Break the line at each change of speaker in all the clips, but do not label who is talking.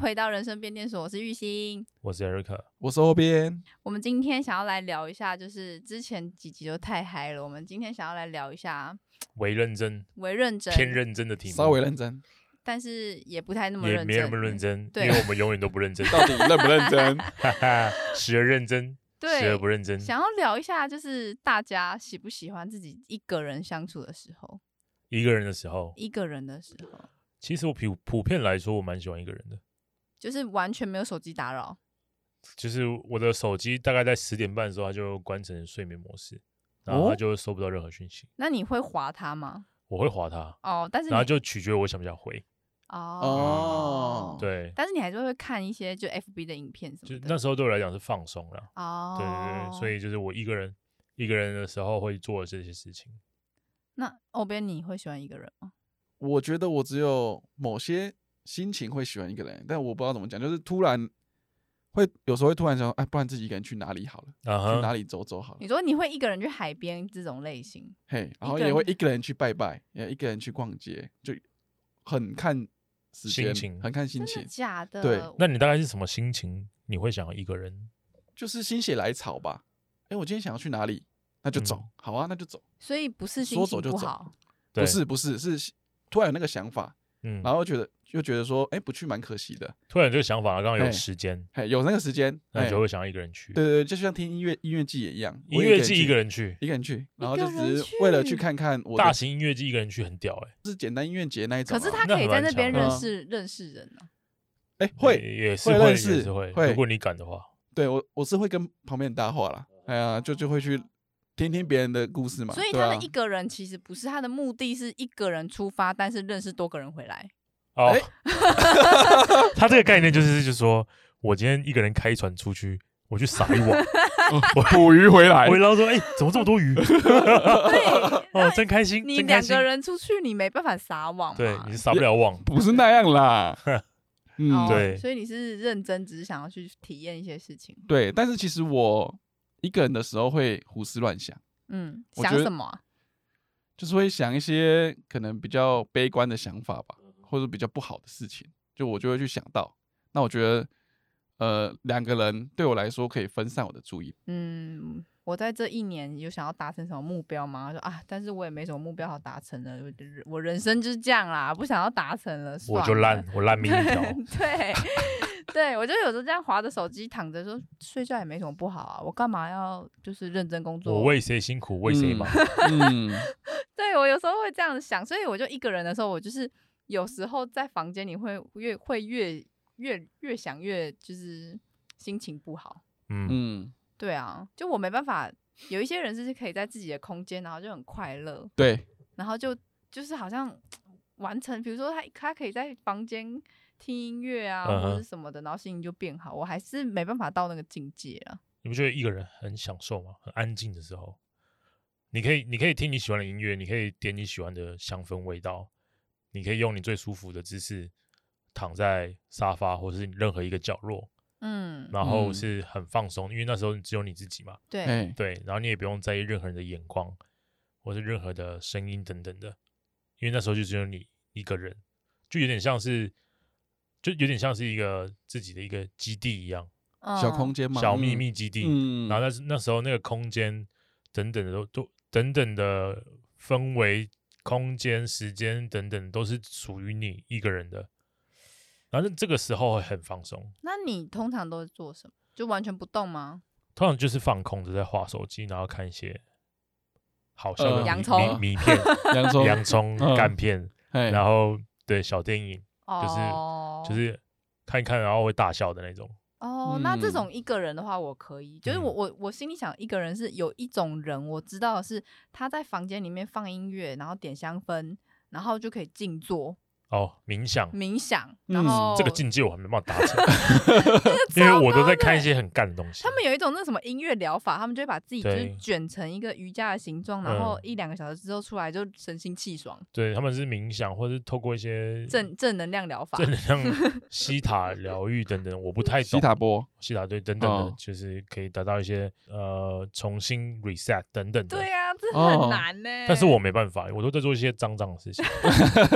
回到人生变电所，我是玉兴。
我是 Eric，
我是欧边，
我们今天想要来聊一下，就是之前几集都太嗨了，我们今天想要来聊一下
为认真、
为认真，
偏认真的题目，
稍微认真，
但是也不太那么
也
认真，嗯
没那么认真，因
对
为我们永远都不认真，
到底认不认 真？
哈哈，时而认真，时而
对
不，认真。
想要聊一下，就是大家喜不喜欢自己一个人相处的时候，
一个人的时候，
一个人的时候，
其实我普普遍来说，我蛮喜欢一个人的，
就是完全没有手机打扰。
就是我的手机大概在十点半的时候，它就关成睡眠模式，然后
哦
它就收不到任何讯息。
那你会划它吗？
我会划它，
哦，但是
然后
你
就取决于我想不想回。
哦
哦，
对，
但是你还是会看一些就 FB 的影片什
就
么的。
那时候对我来讲是放松了。
哦，
对对对，所以就是我一个人一个人的时候会做这些事情。
那欧边你会喜欢一个人吗？
我觉得我只有某些心情会喜欢一个人，但我不知道怎么讲，就是突然会有时候会突然想说，哎，不然自己一个人去哪里好了，
啊
去哪
哈，
里走走好了
你，说你会一个人去海边这种类型，
嘿，然
一
后
个
也会
人
一个人去拜拜，也一个人去逛街，就很看时
心
间，
情
很看心
真
情
的，假的？
对
那你大概是什么心情？你会想要一个人？
就是心血来潮吧。哎，我今天想要去哪里，那就走
嗯，
好啊，那就走。
所以不是心
说
情
走就
不
走
好，
对
不，是不是是突然有那个想法，
嗯，
然后觉得就觉得说，哎，不去蛮可惜的。
突然这个想法，刚刚有
哎
时间，
嘿，有那个时间，
那你
哎
就会想要一个人去。
对，对，对就像听音乐音乐季也一样，
音
我也
乐季一
去
个人去，
一个人去，然后
个
就
人
只是为了去
去
看看我
大
的
型音乐季一个人去很屌哎，
是简单音乐节那一种
可
啊。
是他
那
可以
很
在
顽
那边
强
认
啊
识、认识人呢、
哎会，
也也是
会
会，也
认识
是会。
会
如果你敢的话，
对我我是会跟旁边人搭话啦，哎呀，就就会去听听别人的故事嘛。
所以
对
他
啊
们一个人其实不是他的目的是一个人出发，但是认识多个人回 来。
哦
哎，
他这个概念就是就是说我今天一个人开船出去，我去撒一网， 我
捕鱼回来
我一捞说，哎，怎么这么多鱼？
对，
哦，真开心，
你
真开
两
心
个。人出去，你没办法撒网嘛。
对，你是撒不了网。
不是那样 啦。
哦
嗯，
对
所以你是认真，只是想要去体验一些事情。
对，但是其实我一个人的时候会胡思乱想，
嗯，
我
想
觉得
什么啊、
就是会想一些可能比较悲观的想法
嗯
吧，或者比较不好的事情，就我就会去想到。那我觉得，呃，两个人对我来说可以分散我的注意
嗯，我在这一年有想要达成什么目标吗？说啊，但是我也没什么目标好达成的，我就是我人生就是这样啦，不想要达成了，
我
算
就
了
烂，，我烂命一 条。
对对，我就有时候这样划着手机躺着说睡觉也没什么不好啊，我干嘛要就是认真工作？
我为谁辛苦为谁忙？
嗯，
对我有时候会这样想，所以我就一个人的时候，我就是有时候在房间里会越会越越越想越就是心情不好。
嗯，
嗯，
对啊，就我没办法，有一些人是可以在自己的空间，然后就很快乐，
对，
然后就就是好像完成，比如说他他可以在房间听音乐啊，
嗯哼
或者是什么的，然后心情就变好。我还是没办法到那个境界啊。
你不觉得一个人很享受吗？很安静的时候，你可以你可以听你喜欢的音乐，你可以点你喜欢的香氛味道，你可以用你最舒服的姿势躺在沙发或者是任何一个角落，
嗯，
然后
嗯
是很放松，因为那时候你只有你自己嘛，
对，
哎，
对，然后你也不用在意任何人的眼光或是任何的声音等等的，因为那时候就只有你一个人，就有点像是就有点像是一个自己的一个基地一样，
嗯
小空间嘛，
小秘
嗯，
密基地，
嗯，
然后那是那时候那个空间等等的都都等等的氛围、空间、时间等等都是属于你一个人的。然后这个时候会很放松，
那你通常都是做什么？就完全不动吗？
通常就是放空的在划手机，然后看一些好笑的
呃
迷
洋葱
迷迷片、
洋葱，
洋葱
嗯
干片，
哎，
然后对小电影是
哦，
就是看一看，然后会大笑的那种。
哦，那这
嗯
种一个人的话，我可以，就是我
嗯
我我心里想，一个人是有一种人，我知道的是他在房间里面放音乐，然后点香氛，然后就可以静坐
哦，冥想
冥想，
嗯
然后、
这个境界我还没办法 达成，
超
因为我都
高的
在看一些很干的东西。
欸他们有一种那什么音乐疗法，他们就会把自己就是
对
卷成一个瑜伽的形状，然后
嗯
一两个小时之后出来就神清气爽，
对，他们是冥想，或是透过一些
正正能量疗法。
正能量西塔疗愈等等，我不太懂
西塔波，
西塔对等等的，
哦
就是可以达到一些呃重新 reset 等等的。
对呀、这很
哦
难呢、
但是我没办法，我都在做一些脏脏的事情，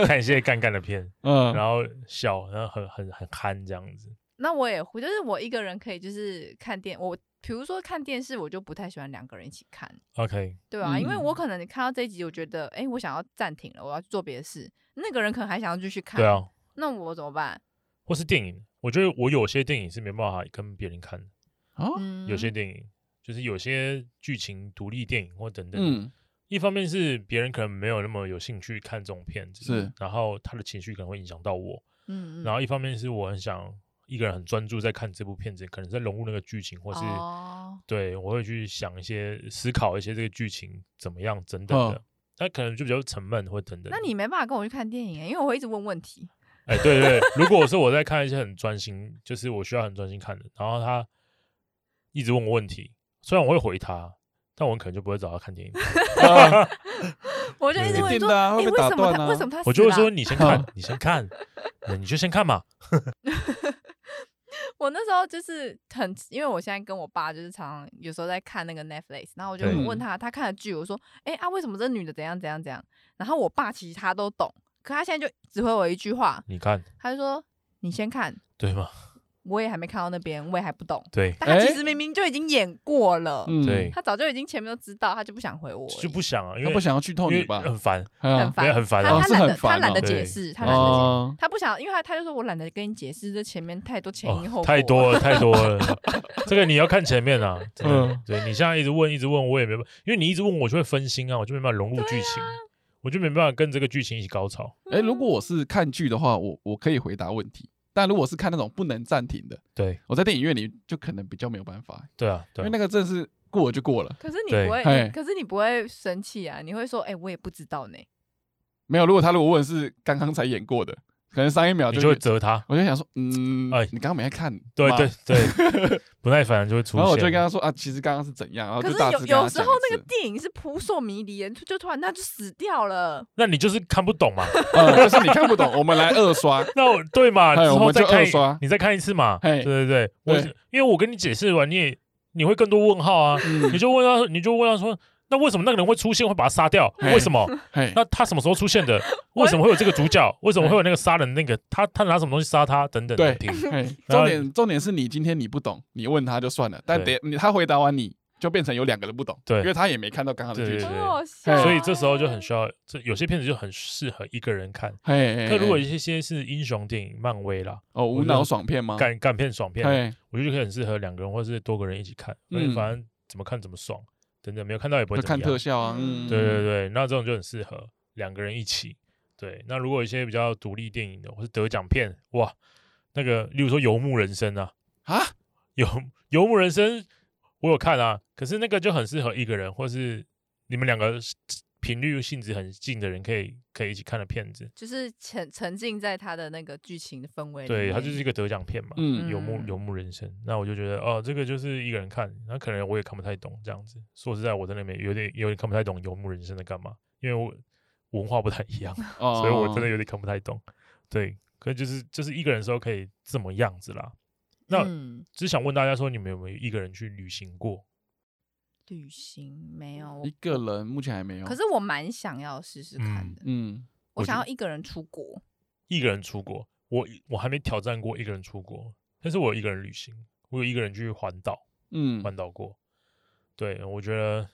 看一些干干的片，
嗯，
然后笑，然后很很很憨这样子。
那我也会，就是我一个人可以就是看电，我比如说看电视，我就不太喜欢两个人一起看，
OK，
对啊，因为
嗯
我可能看到这一集，我觉得哎、诶我想要暂停了，我要去做别的事，那个人可能还想要继续看，
对，啊，
那我怎么办？
或是电影，我觉得我有些电影是没办法跟别人看的，
哦，
嗯，
有些电影就是有些剧情独立电影或等等的，
嗯，
一方面是别人可能没有那么有兴趣看这种片子，
是，
然后他的情绪可能会影响到我，
嗯，嗯
然后一方面是我很想一个人很专注在看这部片子，可能在融入那个剧情，或是、
哦，
对我会去想一些思考一些这个剧情怎么样等等的
嗯，
他、可能就比较沉闷或等等的。
那你没办法跟我去看电影、欸，因为我会一直问问题，
哎，对对对，如果是我在看一些很专心，就是我需要很专心看的，然后他一直问我问题，虽然我会回他，但我可能就不会找他看 电影。
啊
我就一直
一
问
定
说，
的啊
诶
会被
为
打
什么他
断啊
为什么他
我
死
就会
了
说你先看，你 先看，那你就先看嘛。
我那时候就是很，因为我现在跟我爸就是常常有时候在看那个 Netflix，然后我就
对
问他他看的剧，我说，哎、啊，为什么这女的怎样怎样怎样？然后我爸其实他都懂，可他现在就只回我一句话，
你看
他就说你先看，
对吗？
我也还没看到那边，我也还不懂。
对
但他其
诶
实明明就已经演过了，
哎嗯，
对，
他早就已经前面都知道，他就不想回我而已，
就不想啊，因
他
为
不想要剧
因
透你
为
吧？
很烦。
很
很
烦，
没有很烦
他
啊
他
是
懒
很
得他
烦
懒得
哦
解
对
释，他
很
懒得解释。
哦，
他不想，因为他他就说我懒得跟你解释，这前面太多前因后果、
哦，太多 了，太多 了。这个你要看前面啊，真的。
嗯
对你现在一直问，一直问，我也没办法，因为你一直问我就会分心啊，我就没办法融入剧情，我就没办法跟这个剧情一起高潮。
哎、如果我是看剧的话，我我可以回答问题，但如果是看那种不能暂停的，
对，
我在电影院里就可能比较没有办法，
对啊，
因
对
为
啊
那个真的是过了就过了。
可是你
对
不会，
嘿
你可是你不会生气啊？你会说，哎、我也不知道呢。
没有，如果他如果问是刚刚才演过的，可能上一秒
你
就
就会
觉
责他。
我就想说，嗯，
哎
你刚刚没在看吗，
对对对， 不耐烦就会出现。
然后我就跟他说啊，其实刚刚是怎样，然后
可
哦就是大致
有
跟他
有时
讲
候
一
那个
次
电影是扑朔迷离，就就突然他就死掉了。
那你就是看不懂嘛？
呃，就是你看不懂，我 们来二刷，
那我对嘛？
哎
之
我
后
们
再
就
看
二
一
刷，
你再看一次嘛？对
嘿
对对，我
对
是因为我跟你解释完，你也你会更多问号啊，
嗯
你，就问他，你就问他说，那为什么那个人会出现，会把他杀掉？
嘿
为什么？
嘿，
那他什么时候出现的？为什么会有这个主角？为什么会有那个杀人那个？他他拿什么东西杀他？等等的
对
听。
嘿，
然后
重点重点是你今天你不懂，你问他就算了，但
对
得你他回答完你就变成有两个人不懂，
对
因为他也没看到刚刚的
对
剧
对
情，
很好笑、啊
对
所以这时候就很需要，这有些片子就很适合一个人看。
嘿，嘿
那如果
嘿
一些是英雄电影、漫威啦、
哦无
我
脑
就
爽片吗？
干干片、爽片，
嘿，
我觉得就很适合两个人或是多个人一起看，
嗯
而且反正怎么看怎么爽，等等，没有看到也不会
就
怎么
看
样
特。效啊，
嗯
嗯，
对对对，那这种就很适合两个人一起。对，那如果有一些比较独立电影的或是得奖片，哇，那个例如说《游牧人生》啊，
啊，
游游牧人生，我有看啊，可是那个就很适合一个人，或是你们两个是频率性质很近的人，可以可以一起看的片子。
就是沉沉浸在他的那个剧情的氛围里面。
对，它就是一个得奖片嘛，
哎嗯
游牧游牧人生。那我就觉得，哦，这个就是一个人看，那可能我也看不太懂这样子。说实在，我在那边有点有点看不太懂游牧人生在干嘛，因为我文化不太一样，
哦，
所以我真的有点看不太懂。对，可就是就是一个人的时候可以这么样子啦。那
嗯、
只想问大家说，你们有没有一个人去旅行过？
旅行没有，我
一个人目前还没有，
可是我蛮想要试试看
嗯
的。
嗯，
我
我
想
觉
要
得
一个人出国，
一个人出国，我我还没挑战过一个人出国，但是我有一个人旅行，我有一个人去环岛，
嗯
环岛过。对，我觉得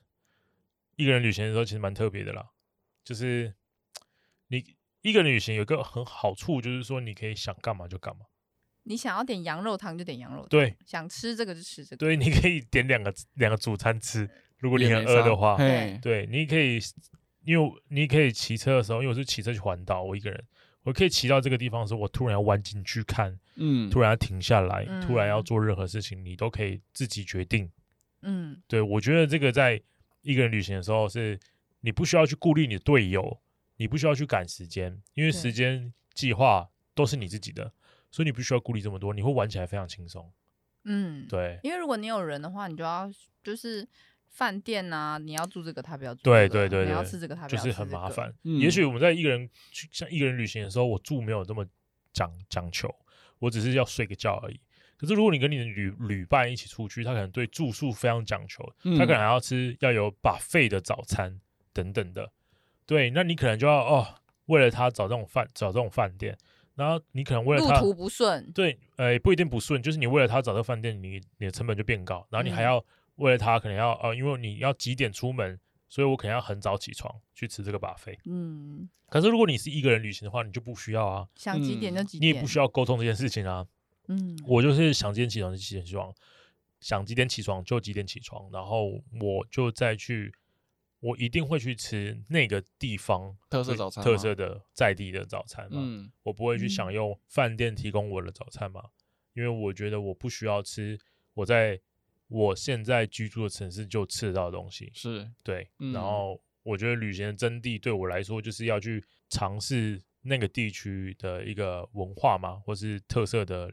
一个人旅行的时候其实蛮特别的啦，就是你一个人旅行有一个很好处，就是说你可以想干嘛就干嘛。
你想要点羊肉汤就点羊肉汤，
对
想吃这个就吃这个。
对，你可以点两个两个主餐吃，如果你
也
很
没
饿
啥
的话，
嘿，
对，你可以，因为你可以骑车的时候，因为我是骑车去环岛，我一个人，我可以骑到这个地方的时候，我突然要弯进去看
嗯，
突然要停下来，突然要
嗯
做任何事情，你都可以自己决定。
嗯，
对我觉得这个在一个人旅行的时候是，你不需要去顾虑你的队友，你不需要去赶时间，因
对
为时间计划都是你自己的，所以你不需要顾虑这么多，你会玩起来非常轻松。
嗯，
对，
因为如果你有人的话，你就要就是饭店啊，你要住这个，他不要住、这
对
个
对对
你要
对
吃这个，他不
就
要吃、
是
这
很麻
个。
烦。
嗯
也许我们在一个人去像一个人旅行的时候，我住没有这么讲讲求，我只是要睡个觉而已。可是如果你跟你的旅旅伴一起出去，他可能对住宿非常讲求，他可
嗯
能还要吃要有把费的早餐等等的。对，那你可能就要哦，为了他找这种饭找这种饭店，然后你可能为了
路
他
途不顺，
对，呃，也不一定不顺，就是你为了他找到饭店，你你的成本就变高，然后你还
嗯
要为了他可能要呃，因为你要几点出门，所以我可能要很早起床去吃这个把费。
嗯，
可是如果你是一个人旅行的话，你就不需要啊，
想几点就几
你
点，
也不需要沟通这件事情啊。
嗯，
我就是想几点起床就几点起床，想几点起床就几点起床，然后我就再去，我一定会去吃那个地方
特色
会
早餐
特
吗
色的在地的早餐嘛。
嗯
我不会去
嗯
享用饭店提供我的早餐嘛，因为我觉得我不需要吃我在我现在居住的城市就吃得到的东西。
是
对，
嗯
然后我觉得旅行的真谛对我来说就是要去尝试那个地区的一个文化嘛，或是特色的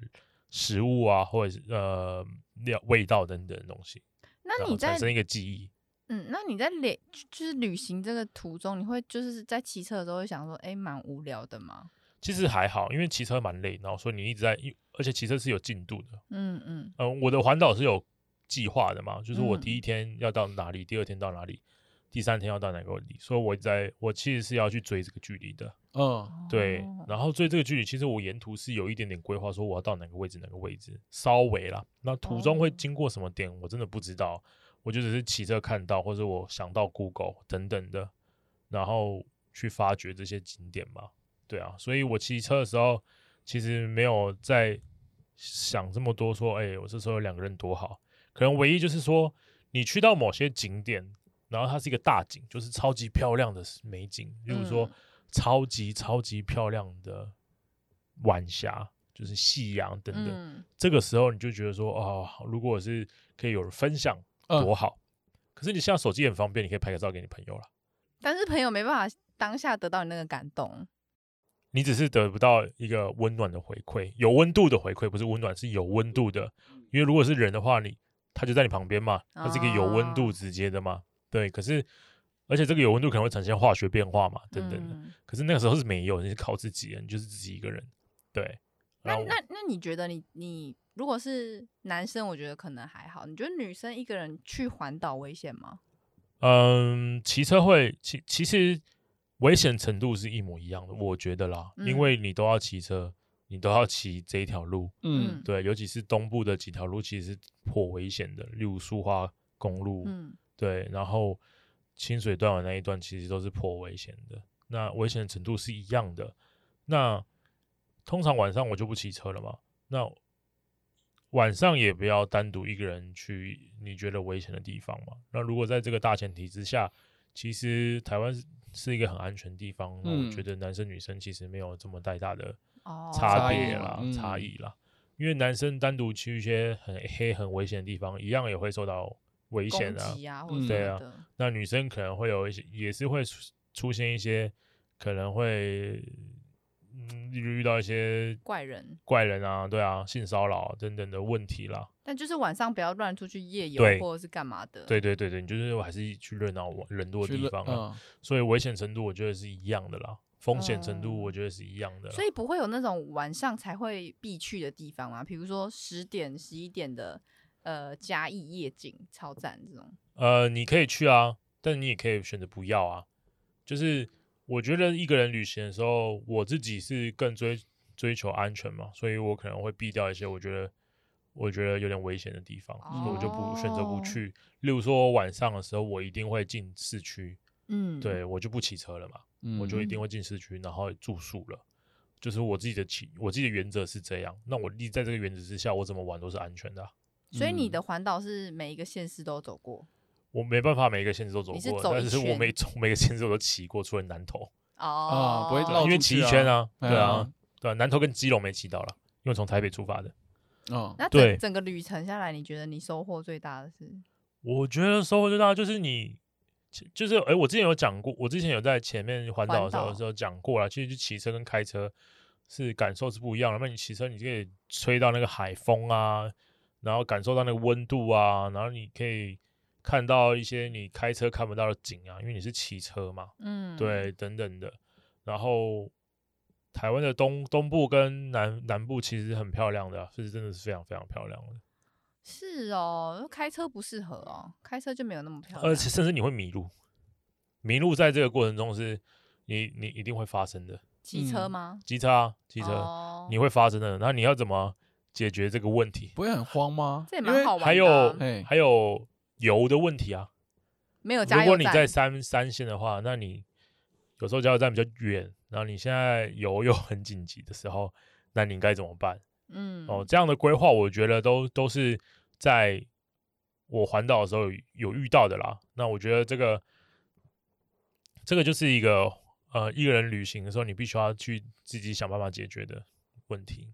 食物啊，或者是呃料味道等等的东西，
那
然
你
后
在
产生一个记忆。
嗯，那你在旅就是旅行这个途中，你会就是在骑车的时候会想说，哎、蛮无聊的嘛，
其实还好，因为骑车蛮累，然后所以你一直在，因而且骑车是有进度的，
嗯嗯
嗯，我的环岛是有计划的嘛，就是我
嗯
第一天要到哪里，第二天到哪里，第三天要到哪个地，所以我在我其实是要去追这个距离的，
嗯，
对。
哦
然后追这个距离，其实我沿途是有一点点规划，说我要到哪个位置，哪个位置，稍微啦。那途中会
哦
经过什么点，我真的不知道，我就只是骑车看到，或者我想到 Google 等等的，然后去发掘这些景点嘛。对啊，所以我骑车的时候其实没有在想这么多说、哎，我这时候有两个人多好。可能唯一就是说，你去到某些景点，然后它是一个大景，就是超级漂亮的美景，例如说
嗯
超级超级漂亮的晚霞，就是夕阳等等。
嗯，
这个时候你就觉得说，哦，如果是可以有人分享，
嗯
多好。可是你现在手机很方便，你可以拍个照给你朋友啦。
但是朋友没办法当下得到你那个感动，
你只是得不到一个温暖的回馈，有温度的回馈，不是温暖，是有温度的。
嗯
因为如果是人的话，你他就在你旁边嘛，他是一个有温度
哦
直接的嘛，对。可是，而且这个有温度可能会产生化学变化嘛，等等的。
嗯、
可是那个时候是没有，你是靠自己的，你就是自己一个人，对。
那
然后
那那你觉得你你如果是男生，我觉得可能还好，你觉得女生一个人去环岛危险吗？
嗯，骑车会其其实危险程度是一模一样的，我觉得啦，
嗯
因为你都要骑车，你都要骑这一条路，
嗯
对，尤其是东部的几条路其实是颇危险的，例如苏花公路，
嗯
对，然后清水断网那一段其实都是颇危险的，那危险的程度是一样的。那通常晚上我就不骑车了嘛，那晚上也不要单独一个人去你觉得危险的地方嘛。那如果在这个大前提之下，其实台湾是是一个很安全的地方，那我觉
嗯
得男生女生其实没有这么太大的
哦，
差
异
别
嘛
啦、
嗯
差异啦。因为男生单独去一些很黑、很危险的地方，一样也会受到危险
攻
啊。
击啊，或者
嗯
什
对
么
啊
的
那女生可能会有一些，也是会出出现一些，可能会嗯遇到一些
怪人，
怪人啊，对啊，性骚扰啊等等的问题啦。
但就是晚上不要乱出去夜游
对
或者是干嘛的，
对对对对，你就是还是去热闹人多的
去嗯
地
了
方啊，所以危险程度我觉得是一样的啦，风险程度
嗯
我觉得是一样的啦。
所以不会有那种晚上才会必去的地方嘛？比如说十点、十一点的呃嘉义夜景超赞这种。
呃，你可以去啊，但你也可以选择不要啊。就是我觉得一个人旅行的时候，我自己是更追追求安全嘛，所以我可能会避掉一些我觉得我觉得有点危险的地方，所以我就不选择不
哦
去。例如说晚上的时候，我一定会进市区，
嗯，
对我就不骑车了嘛，
嗯
我就一定
嗯
会进市区，然后住宿了。就是我自己的起，我自己的原则是这样。那我立在这个原则之下，我怎么玩都是安全的啊、
所以你
嗯
的环岛是每一个县市都走过
我没办法每一个县市都走
你是
过，
走
但
一
是我
圈
每走每个县市我都骑过，除了南 投，
哦，
不会
对
绕
因为
出
骑
去
一
啊
圈啊，
哎
对啊
呀，
对啊，南投跟基隆没骑到了，因为从台北出发的。
哦
那
对
整整个旅程下来，你觉得你收获最大的是？
我觉得收获最大的就是你，其就是哎、我之前有讲过，我之前有在前面环岛的时候
环
的
岛
时候讲过了，其实就骑车跟开车是感受是不一样的。那你骑车，你就可以吹到那个海风啊，然后感受到那个温度啊，然后你可以看到一些你开车看不到的景啊，因为你是骑车嘛。
嗯，
对，等等的。然后台湾的东东部跟南南部其实很漂亮的、啊，是真的是非常非常漂亮的，
是哦，开车不适合哦，开车就没有那么漂亮。
而且甚至你会迷路，迷路在这个过程中是你你一定会发生的，
骑车
嗯
吗？
机车啊机车、
哦
你会发生的，那你要怎么解决这个问题？
不会很慌吗？
这也
因
蛮
为
好玩的啊。
还有
哎
还有油的问题啊，
没有加油
如果你
站
在三三线的话，那你有时候加油站比较远，然后你现在油又很紧急的时候，那你应该怎么办？
嗯
哦，这样的规划，我觉得都都是在我环岛的时候有有遇到的啦。那我觉得这个这个就是一个呃一个人旅行的时候，你必须要去自己想办法解决的问题。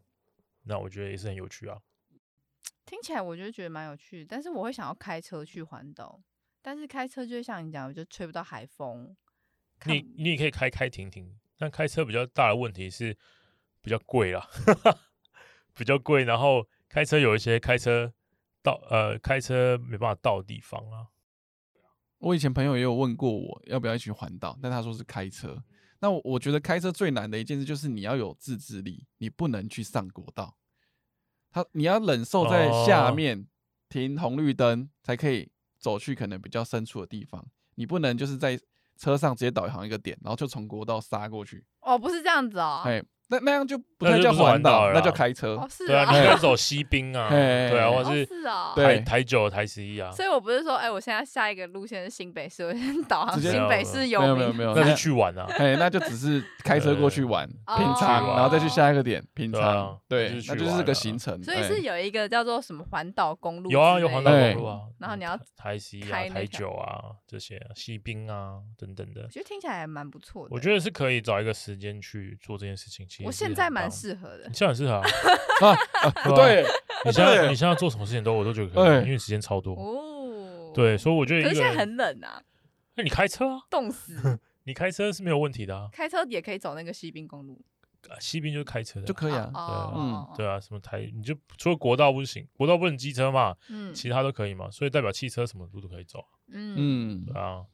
那我觉得也是很有趣啊。
听起来我就觉得蛮有趣，但是我会想要开车去环岛，但是开车就像你讲，我就吹不到海风。看
你你也可以开开停停，但开车比较大的问题是比较贵啦， 比较贵。然后开车有一些开车到呃开车没办法到的地方啊。
我以前朋友也有问过我要不要一起环岛，但他说是开车。那我我觉得开车最难的一件事就是你要有自制力，你不能去上国道，他你要忍受在下
哦
面停红绿灯才可以走去可能比较深处的地方，你不能就是在车上直接导航一个点，然后就从国道杀过去，
哦，不是这样子哦，
哎、那那样就不
那
太
就
叫
不是环岛
岛，
了
那叫
啦
开车
哦，是
对啊，
哦
你应该走西滨啊，对啊，
嘿
或
哦
是
是哦，
对
台台九、台十一啊，
所以我不是说，哎，我现在下一个路线是新北市，我先 导航
直接
新北市有
没有
名，
没有没有，
那
那
是去玩啊，
哎，那就只是开车过去玩，
呃
平常，
哦
然后再去下一个点，平
对
常
啊，
对
就是，去
那就是
玩
个
啊
行程。
所以是
哎
有一个叫做什么环岛公路之类
有
的，
啊，有环岛公路啊，
然后
嗯
你要
台台十一啊、
开那
台
条
九啊这些啊西滨啊等等的
我，觉得听起来还蛮不错的。
我觉得是可以找一个时间去做这件事情。其实
我
是
现在
很
蛮
棒，
适合的
你，现在很适合啊。
啊，啊不对，
你现在
对
你现在做什么事情都我都觉得可
哎
以，因为时间超多。
哦，
对，，所以我觉
可
得
是
一
现
个
在
人，
很冷啊，
那你开车啊，
冻 死，
你开车是没有问题的啊。
开车也可以走那个西滨公路，
啊西滨就是开车的啊，
就可以
哦
啊。
哦
嗯
哦哦
对啊，什么台你就除了国道不行，国道不能机车嘛，
嗯
其他都可以嘛，所以代表汽车什么路都可以走啊。
嗯
嗯，
对啊，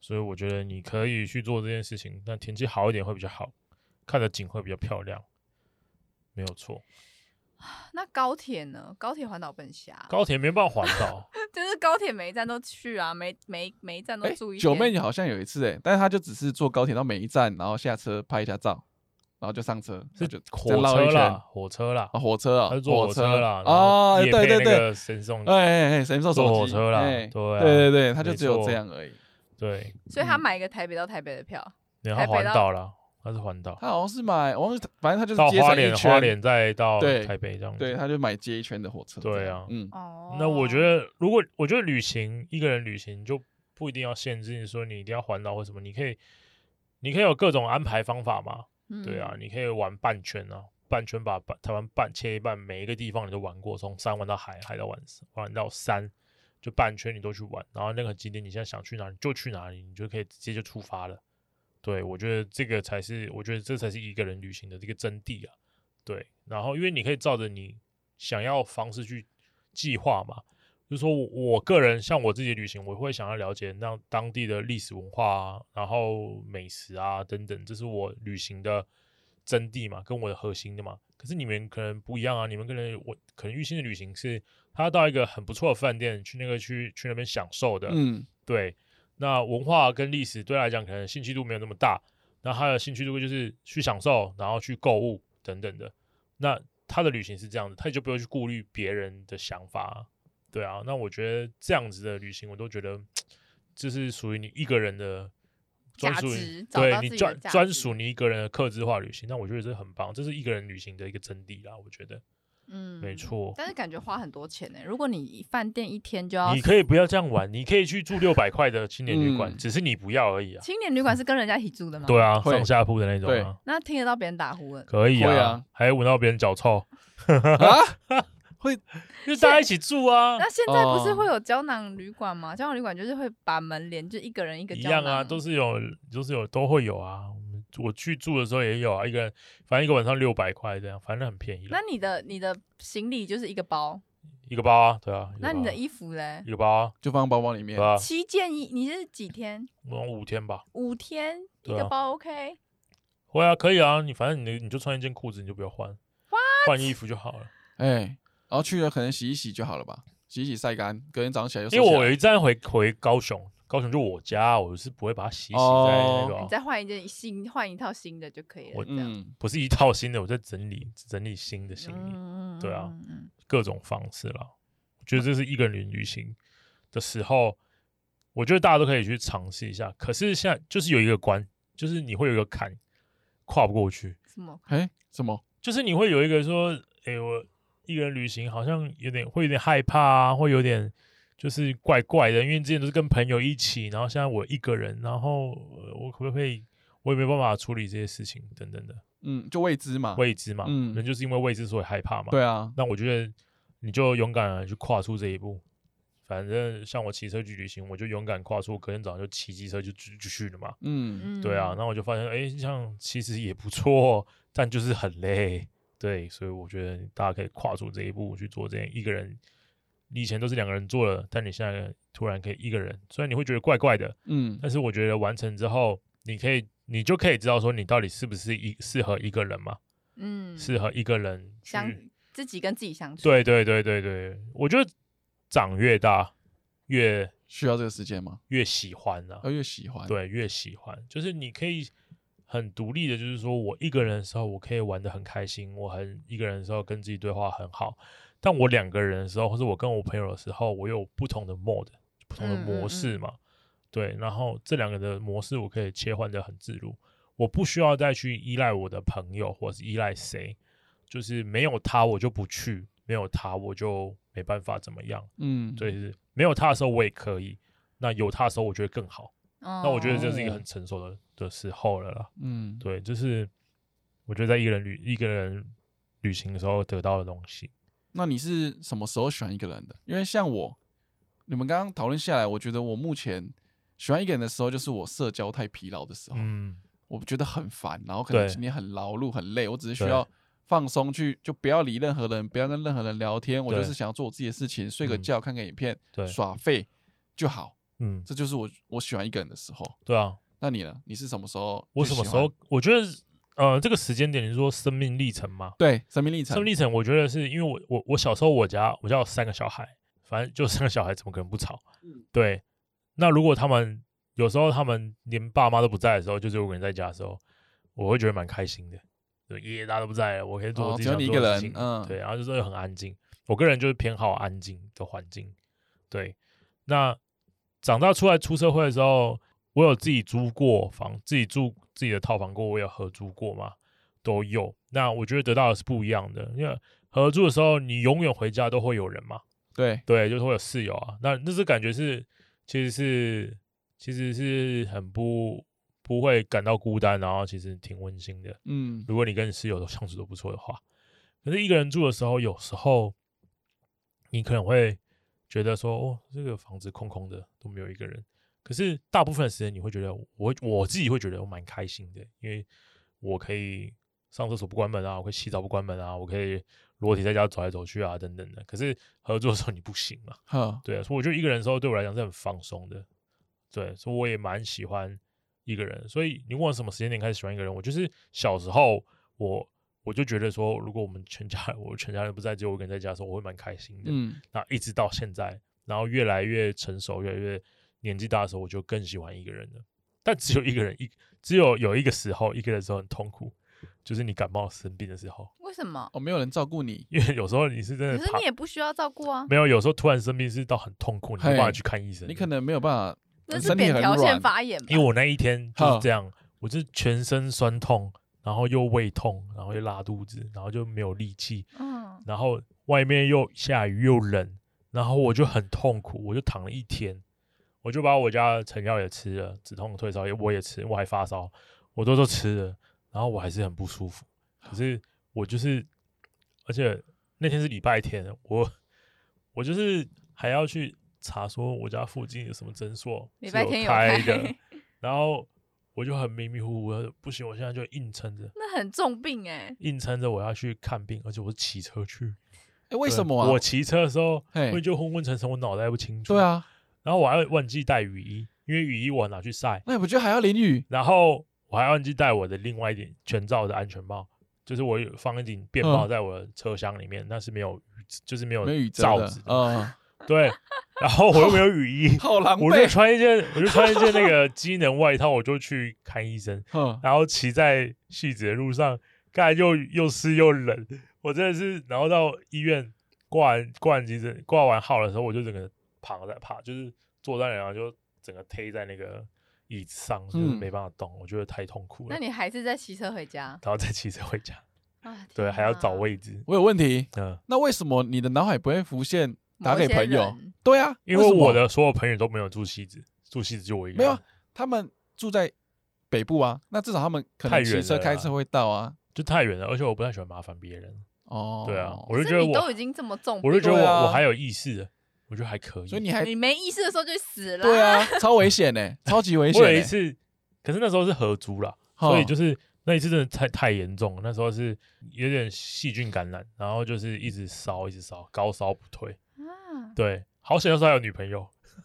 所以我觉得你可以去做这件事情，但天气好一点会比较好，看的景会比较漂亮，没有错。
那高铁呢？高铁环岛本辖，
高铁没办法环岛，
就是高铁每一站都去啊，每每每一站都
哎
住一，
九
天。
妹好像有一次哎，但是她就只是坐高铁到每一站，然后下车拍一下照，然后就上车，
是
然后就
火
再绕一
车
圈
啦，火车啦
啊，，火车啊，
他是坐火车啦，然
啊，
后也
对
配
对
那
对，
个神送，
哎哎哎，谁坐手
坐
机？
火车啦
哎
对啊
对对对，他就
没
只有这
错
样而已。
对，
所以他
嗯
买一个台北到台北的票，
然
台
后
北
环
到
岛啦，他是环岛，
他好像是买，我忘记，反正他就是
到
接
花
成一
莲，花
圈，
莲再到
对
台北这样
对，
子。
他就买接一圈的火车这样。
对啊
嗯，
哦，
那我觉得，如果我觉得旅行一个人旅行就不一定要限制你说你一定要环岛或什么，你可以，你可以有各种安排方法嘛。对啊，
嗯，
你可以玩半圈啊，半圈把把台湾半切一半，每一个地方你都玩过，从山玩到海，海到玩玩到山，就半圈你都去玩。然后那个景点你现在想去哪里就去哪里，你就可以直接就出发了。对，我觉得这个才是，我觉得这才是一个人旅行的这个真谛啊。对，然后因为你可以照着你想要方式去计划嘛，就是说我我个人像我自己旅行，我会想要了解那当地的历史文化啊，然后美食啊等等，这是我旅行的真谛嘛，跟我的核心的嘛。可是你们可能不一样啊，你们可能我可能预先的旅行是他到一个很不错的饭店去那个去去那边享受的，
嗯，
对，啊那文化跟历史对他来讲可能兴趣度没有那么大，那他的兴趣度就是去享受，然后去购物等等的。那他的旅行是这样子，他也就不会去顾虑别人的想法啊、对啊。那我觉得这样子的旅行，我都觉得这是属于你一个人的专
价
属
值
于，
找到
对你
自己的
专
价
专
值
属你一个人的克制化旅行。那我觉得这很棒，这是一个人旅行的一个真谛啦。我觉得
嗯
没。错。
但是感觉花很多钱呢、欸如果你饭店一天就要
你，可以不要这样玩，你可以去住六百块的青年旅馆，
嗯
只是你不要而已啊。
青年旅馆是跟人家一起住的吗？
对啊，
会
上下铺的那种
对
啊。
那听得到别人打呼了，
可以
会
啊，
啊
还闻到别人脚臭，
啊，
就大家一起住啊，
那现在不是
哦
会有胶囊旅馆吗？胶囊旅馆就是会把门帘，就一个人一个
一
胶
样
囊
啊，都是有，都是有，都会有啊。我们我去住的时候也有啊，一个人反正一个晚上六百块这样，反正很便宜啦
那你的你的行李就是一个包，
一个包啊，对啊，一个
那你
包
的
啊
衣服嘞？
一个包啊，
就放包包里面
对。啊，
七件一，你是几天？
我五天吧，
五天一
对
个
啊
包 OK？
会啊，可以啊，你反正你的你就穿一件裤子，你就不要换，换衣服就好了。
哎、然后去了可能洗一洗就好了吧，洗一洗晒干，隔天早上起来就收
因为
起来
我有一站回回高雄，高雄就我家，我是不会把它洗一洗在那个啊、
你再换一件新，换一套新的就可以了。
我
这样，
嗯，
不是一套新的，我在整理整理新的行李，
嗯
对啊，
嗯嗯嗯
各种方式啦。我觉得这是一个人旅行的时候，我觉得大家都可以去尝试一下。可是现在就是有一个关，就是你会有一个坎跨不过去，
什么？
哎、什么？
就是你会有一个说，哎、我一个人旅行好像有点会有点害怕啊，会有点就是怪怪的，因为之前都是跟朋友一起，然后现在我一个人，然后呃我可不可以，我也没办法处理这些事情等等的
嗯，就未知嘛。
未知嘛，
嗯
人就是因为未知所以害怕嘛，
对啊，
那我觉得你就勇敢地去跨出这一步。反正像我骑车去旅行，我就勇敢跨出，隔天早上就骑机车就去就去了嘛。
嗯，
嗯，
对啊，那我就发现，哎、像其实也不错，但就是很累。对，所以我觉得大家可以跨出这一步去做这件一个人。你以前都是两个人做的，但你现在突然可以一个人，虽然你会觉得怪怪的，
嗯，
但是我觉得完成之后，你可以，你就可以知道说你到底是不是一适合一个人嘛，
嗯，
适合一个人去
相自己跟自己相处。
对对对对对，我觉得长越大越
需要这个时间吗？
越喜欢啊
要，越喜欢。，
对，越喜欢，就是你可以很独立的，就是说我一个人的时候，我可以玩的很开心，我很一个人的时候跟自己对话很好，但我两个人的时候，或者我跟我朋友的时候，我有不同的 mode，不同的
嗯嗯
模
嗯
式嘛，对，然后这两个的模式我可以切换的很自如，我不需要再去依赖我的朋友或是依赖谁，就是没有他我就不去，没有他我就没办法怎么样，
嗯，
对，是没有他的时候我也可以，那有他的时候我觉得更好。
哦，
那我觉得这是一个
哦
很成熟的的时候了啦。
嗯，
对，就是我觉得在一个人旅一个人旅行的时候得到的东西，
那你是什么时候喜欢一个人的？因为像我，你们刚刚讨论下来，我觉得我目前喜欢一个人的时候，就是我社交太疲劳的时候，
嗯，
我觉得很烦，然后可能
对
今天很劳碌、很累，我只是需
对
要放松去，就不要理任何人，不要跟任何人聊天，我就
对
是想要做我自己的事情，睡个
嗯
觉、看个影片、
对，
耍废就好。
嗯，
这就是我我喜欢一个人的时候。
对啊。
那你呢？你是什么时候？
我什么时候？？我觉得呃，这个时间点你说生命历程嘛，
对，生命历程。
生命历程，我觉得是因为我我我小时候我家我家有三个小孩，反正就三个小孩怎么可能不吵？对。那如果他们有时候他们连爸妈都不在的时候，就是我一个人在家的时候，我会觉得蛮开心的。对，爷爷大家都不在了，我可以做
哦
我自己
只有
想
你一
做的
个
事情。
人嗯
对，然后就是很安静。我个人就是偏好安静的环境。对，那长大出来出社会的时候，我有自己租过房，自己住自己的套房过，我有合租过嘛，都有。那我觉得得到的是不一样的，因为合租的时候，你永远回家都会有人嘛，
对，
对，就是会有室友啊。那那是感觉是，其实是其实是很不不会感到孤单，然后其实挺温馨的。
嗯，
如果你跟你室友都相处都不错的话，可是一个人住的时候，有时候你可能会觉得说，哦，这个房子空空的，都没有一个人。可是大部分的时间，你会觉得我我自己会觉得我蛮开心的，因为我可以上厕所不关门啊，我可以洗澡不关门啊，我可以裸体在家走来走去啊，等等的。可是合作的时候你不行嘛，
呵，
对啊，所以我觉得一个人的时候对我来讲是很放松的，对，所以我也蛮喜欢一个人。所以你问我什么时间点开始喜欢一个人，我就是小时候我我就觉得说，如果我们全家 人我全家人不在，只有我一个人在家的时候，我会蛮开心的。
嗯，
那一直到现在，然后越来越成熟，越来越年纪大的时候，我就更喜欢一个人了。但只有一个人一只有有一个时候，一个人的时候很痛苦，就是你感冒生病的时候，
为什么？
哦，没有人照顾你，
因为有时候你是真的
可是
怕
你也不需要照顾啊，
没有，有时候突然生病是到很痛苦，你没
嘿
办法去看医生的。
你可能没有办法，
那
你
是
身体
扁
很
条
软
线发炎吧。
啊因为我那一天就是
哈
这样，我就是全身酸痛，然后又胃痛，然后又拉肚子，然后就没有力气，
嗯，
然后外面又下雨又冷，然后我就很痛苦，我就躺了一天，我就把我家的成药也吃了，止痛退烧也我也吃，我还发烧，我都都吃了，然后我还是很不舒服，可是我就是，而且那天是礼拜天，我我就是还要去查说我家附近有什么诊所
礼
是
拜天有
开
开
的，然后我就很迷迷糊糊的，不行，我现在就硬撑着，
那很重病哎。
硬撑着我要去看病，而且我是骑车去。
哎，为
对
什么啊
我？骑车的时候
嘿
会就昏昏沉沉，我脑袋不清楚。
对，啊，
然后我还会忘记带雨衣，因为雨衣我拿去晒，
那你不觉得还要淋雨？
然后我我还忘记带我的另外一顶全罩的安全帽，就是我有放一顶便帽
嗯
在我的车厢里面，那是没有雨，就是没有
没有雨遮
呃罩
的
子， 的，
嗯，，
对，然后我又没有雨衣
好狼
我就
狈，
穿一件，我就穿一件那个机能外套，我就去看医生，
嗯，
然后骑在戏子的路上，刚才又又湿又冷，我真的是，然后到医院挂完挂完急诊挂完号的时候，我就整个躺在趴，就是坐在那里，然后就整个推在那个椅子上，就是
嗯
没办法动，我觉得太痛苦了。
那你还是在骑车回家
然后再骑车回家，
啊？
对，
天
还要找
哪
位置，
我有问题，
嗯，
那为什么你的脑海不会浮现打
某
给
一些
朋友
人？
对啊，
因为
什么
我的所有朋友都没有住西子，住西子就我一个
没有
人，
啊他们住在北部啊，那至少他们可
太
能
远
骑车
了
开
啦
车会到啊。
就太远了，而且我不太喜欢麻烦别人，
哦，
对啊，我就
可
觉
是
得
你都已
我，
经这么重病
我
了，
就觉得
对
我
啊
我还有意识的，我觉得还可以，
所以你还
你没意识的时候就死了。
对，啊，超危险呢，超级危险
我
欸。
有一次，可是那时候是合租啦，
哦，
所以就是那一次真的太太严重了。那时候是有点细菌感染，然后就是一直烧，一直烧，高烧不退。
啊，
对，好险那时候还有女朋友，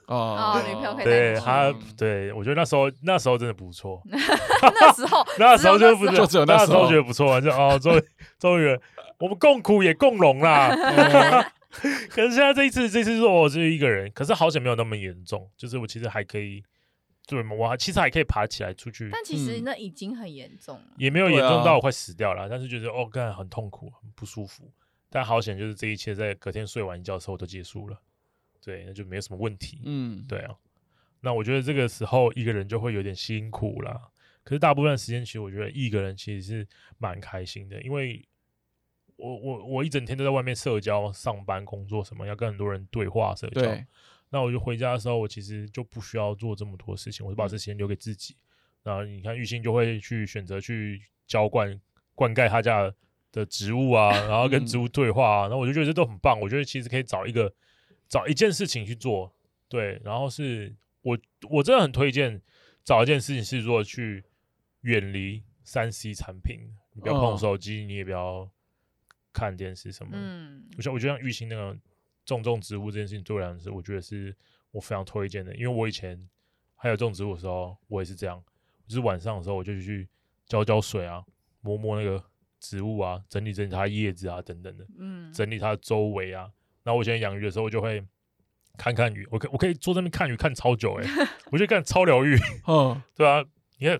哦
哦女朋友可以
对
在一起
她，
嗯
对我觉得那时候那时候真的不 错，
那时 候
那时候
只有
就
那
不
时候
就只有那
那
时
时
候
候觉得不错，就哦，终于终于我们共苦也共荣 啦。可是现在这一次，这次是我只有一个人，可是好险没有那么严重，就是我其实还可以，对，我还其实还可以爬起来出去。
但其实
嗯
那已经很严重了。
也没有
对
严重
啊
到我快死掉了，但是就是哦，干很痛苦，很不舒服。但好险，就是这一切在隔天睡完一觉之后都结束了，对，那就没有什么问题。
嗯，
对啊，那我觉得这个时候一个人就会有点辛苦啦。可是大部分的时间，其实我觉得一个人其实是蛮开心的，因为我我我一整天都在外面社交、上班、工作什么，要跟很多人对话社交。
对，
那我就回家的时候，我其实就不需要做这么多事情，我就把这时间留给自己。然后你看玉兴就会去选择去浇灌灌溉他家的植物啊，然后跟植物对话啊，然后我就觉得这都很棒。我觉得其实可以找一个找一件事情去做，对。然后是我我真的很推荐找一件事情是做去远离三 C 产品，你不要碰
嗯
手机，你也不要看电视什么，
嗯，
我像我就像玉兴那个种种植物这件事情，对我来讲是我觉得是我非常推荐的，因为我以前还有种植物的时候，我也是这样，就是晚上的时候我就去浇浇水啊，摸摸那个植物啊，整理整理它的叶子啊等等的，
嗯，
整理它的周围啊。然后我以前养鱼的时候，我就会看看鱼，我可我可以坐在那边看鱼看超久 诶、我觉得看超疗愈。
嗯，
对啊，你看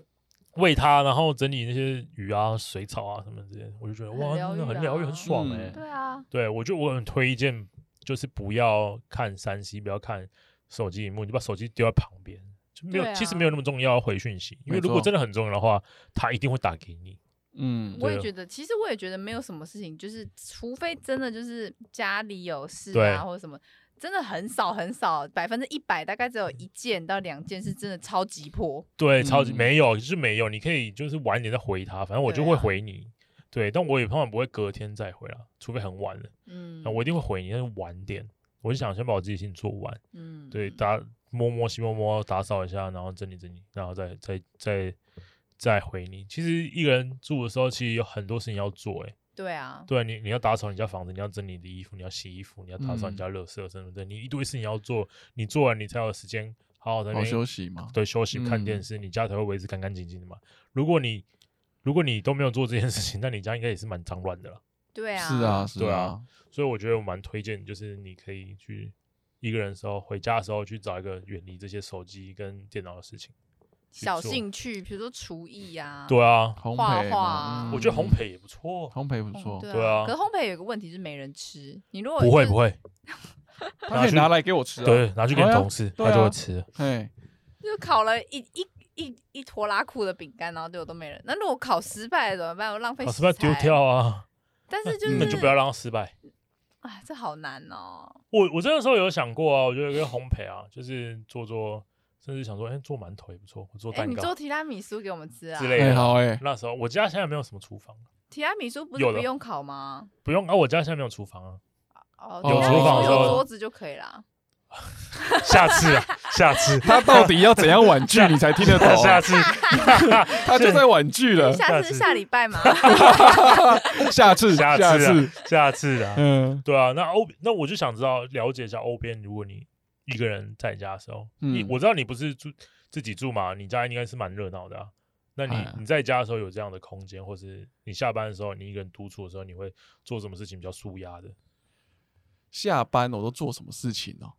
喂它，然后整理那些鱼啊、水草啊什么之类的，我就觉得
很
哇，
疗
那
愈啊
很疗愈，
啦
很爽欸
嗯
诶、
对啊，
对，我觉得我很推荐，就是不要看三 C，不要看手机荧幕，你就把手机丢在旁边，就没有，
对
其实
啊
没有那么重要要回讯息，因为
没
如果
错
真的很重要的话，他一定会打给你。
嗯，
我也
对啊
觉得，其实我也觉得没有什么事情，就是除非真的就是家里有事
对
啊，或者什么，真的很少很少，百分之一百大概只有一件到两件是真的超急迫。
对，超级
嗯
没有，就是没有，你可以就是晚一点再回他，反正我就
对
会
啊
回你。对，但我也通常不会隔天再回了，除非很晚了，
嗯
那，我一定会回你，但是晚点，我就想先把我自己事情做完。
嗯
对，打摸摸西摸摸，打扫一下，然后整理整理，然后再再再再回你。其实一个人住的时候，其实有很多事情要做、欸，
对啊，
对你你要打扫你家房子，你要整理你的衣服，你要洗衣服，你要打扫
嗯
你家垃圾什么的，你一堆事情要做，你做完你才有时间好好在那
好
边
休息嘛。
对休息看电
嗯
视，你家才会维持干干净净的嘛。如果你如果你都没有做这件事情，那你家应该也是蛮脏乱的了。
对啊，
是啊，是
对啊
啊，
所以我觉得我蛮推荐，就是你可以去一个人的时候，回家的时候去找一个远离这些手机跟电脑的事情。去
小
做
兴趣，比如说厨艺啊，
对啊，
烘
画
焙
画
嘛，
我觉得烘
嗯
焙也不错。
烘焙不
嗯，
错，
对啊
可是烘焙有个问题是没人吃，你如果
不会
就是
不，会，
他可以拿来给我吃啊。
对，拿去给
对啊
同事，
对
他就
啊
会吃。
嘿，
就烤了一一。一一坨拉苦的饼干，然后结果都没人。那如果烤失败了怎么办？我浪费
老
食
师不要丢
材。
掉啊，
但是就
嗯
是
那就不要让他失败。
啊，这好难哦。
我我真的时候有想过啊，我觉得跟烘焙啊，就是做做，甚至想说，哎，做馒头也不错，我做
哎，
蛋
你做
糕
提拉米苏给我们吃啊？
之类
哎，
的。
好哎，
那时候我家现在没有什么厨房，
提拉米苏不是
有的
不用烤吗？
不用啊，我家现在没有厨房啊，
哦，
有
提拉米
厨
苏
房的时
有
候
桌子就可以啦。
下次啊，下次，
他到底要怎样婉拒你才听得懂啊？
下次，
他就在婉拒了。
下
啊下
次
次
下礼拜 嘛，
下次，
下次
下
啊
次，
下次啊，
嗯
对啊，那欧那我就想知道了解一下欧边，如果你一个人在家的时候，你
嗯
我知道你不是住自己住嘛，你家应该是蛮热闹的、啊，那你、
哎
你在家的时候有这样的空间，或是你下班的时候你一个人独处的时候，你会做什么事情比较舒压的？
下班我都做什么事情哦？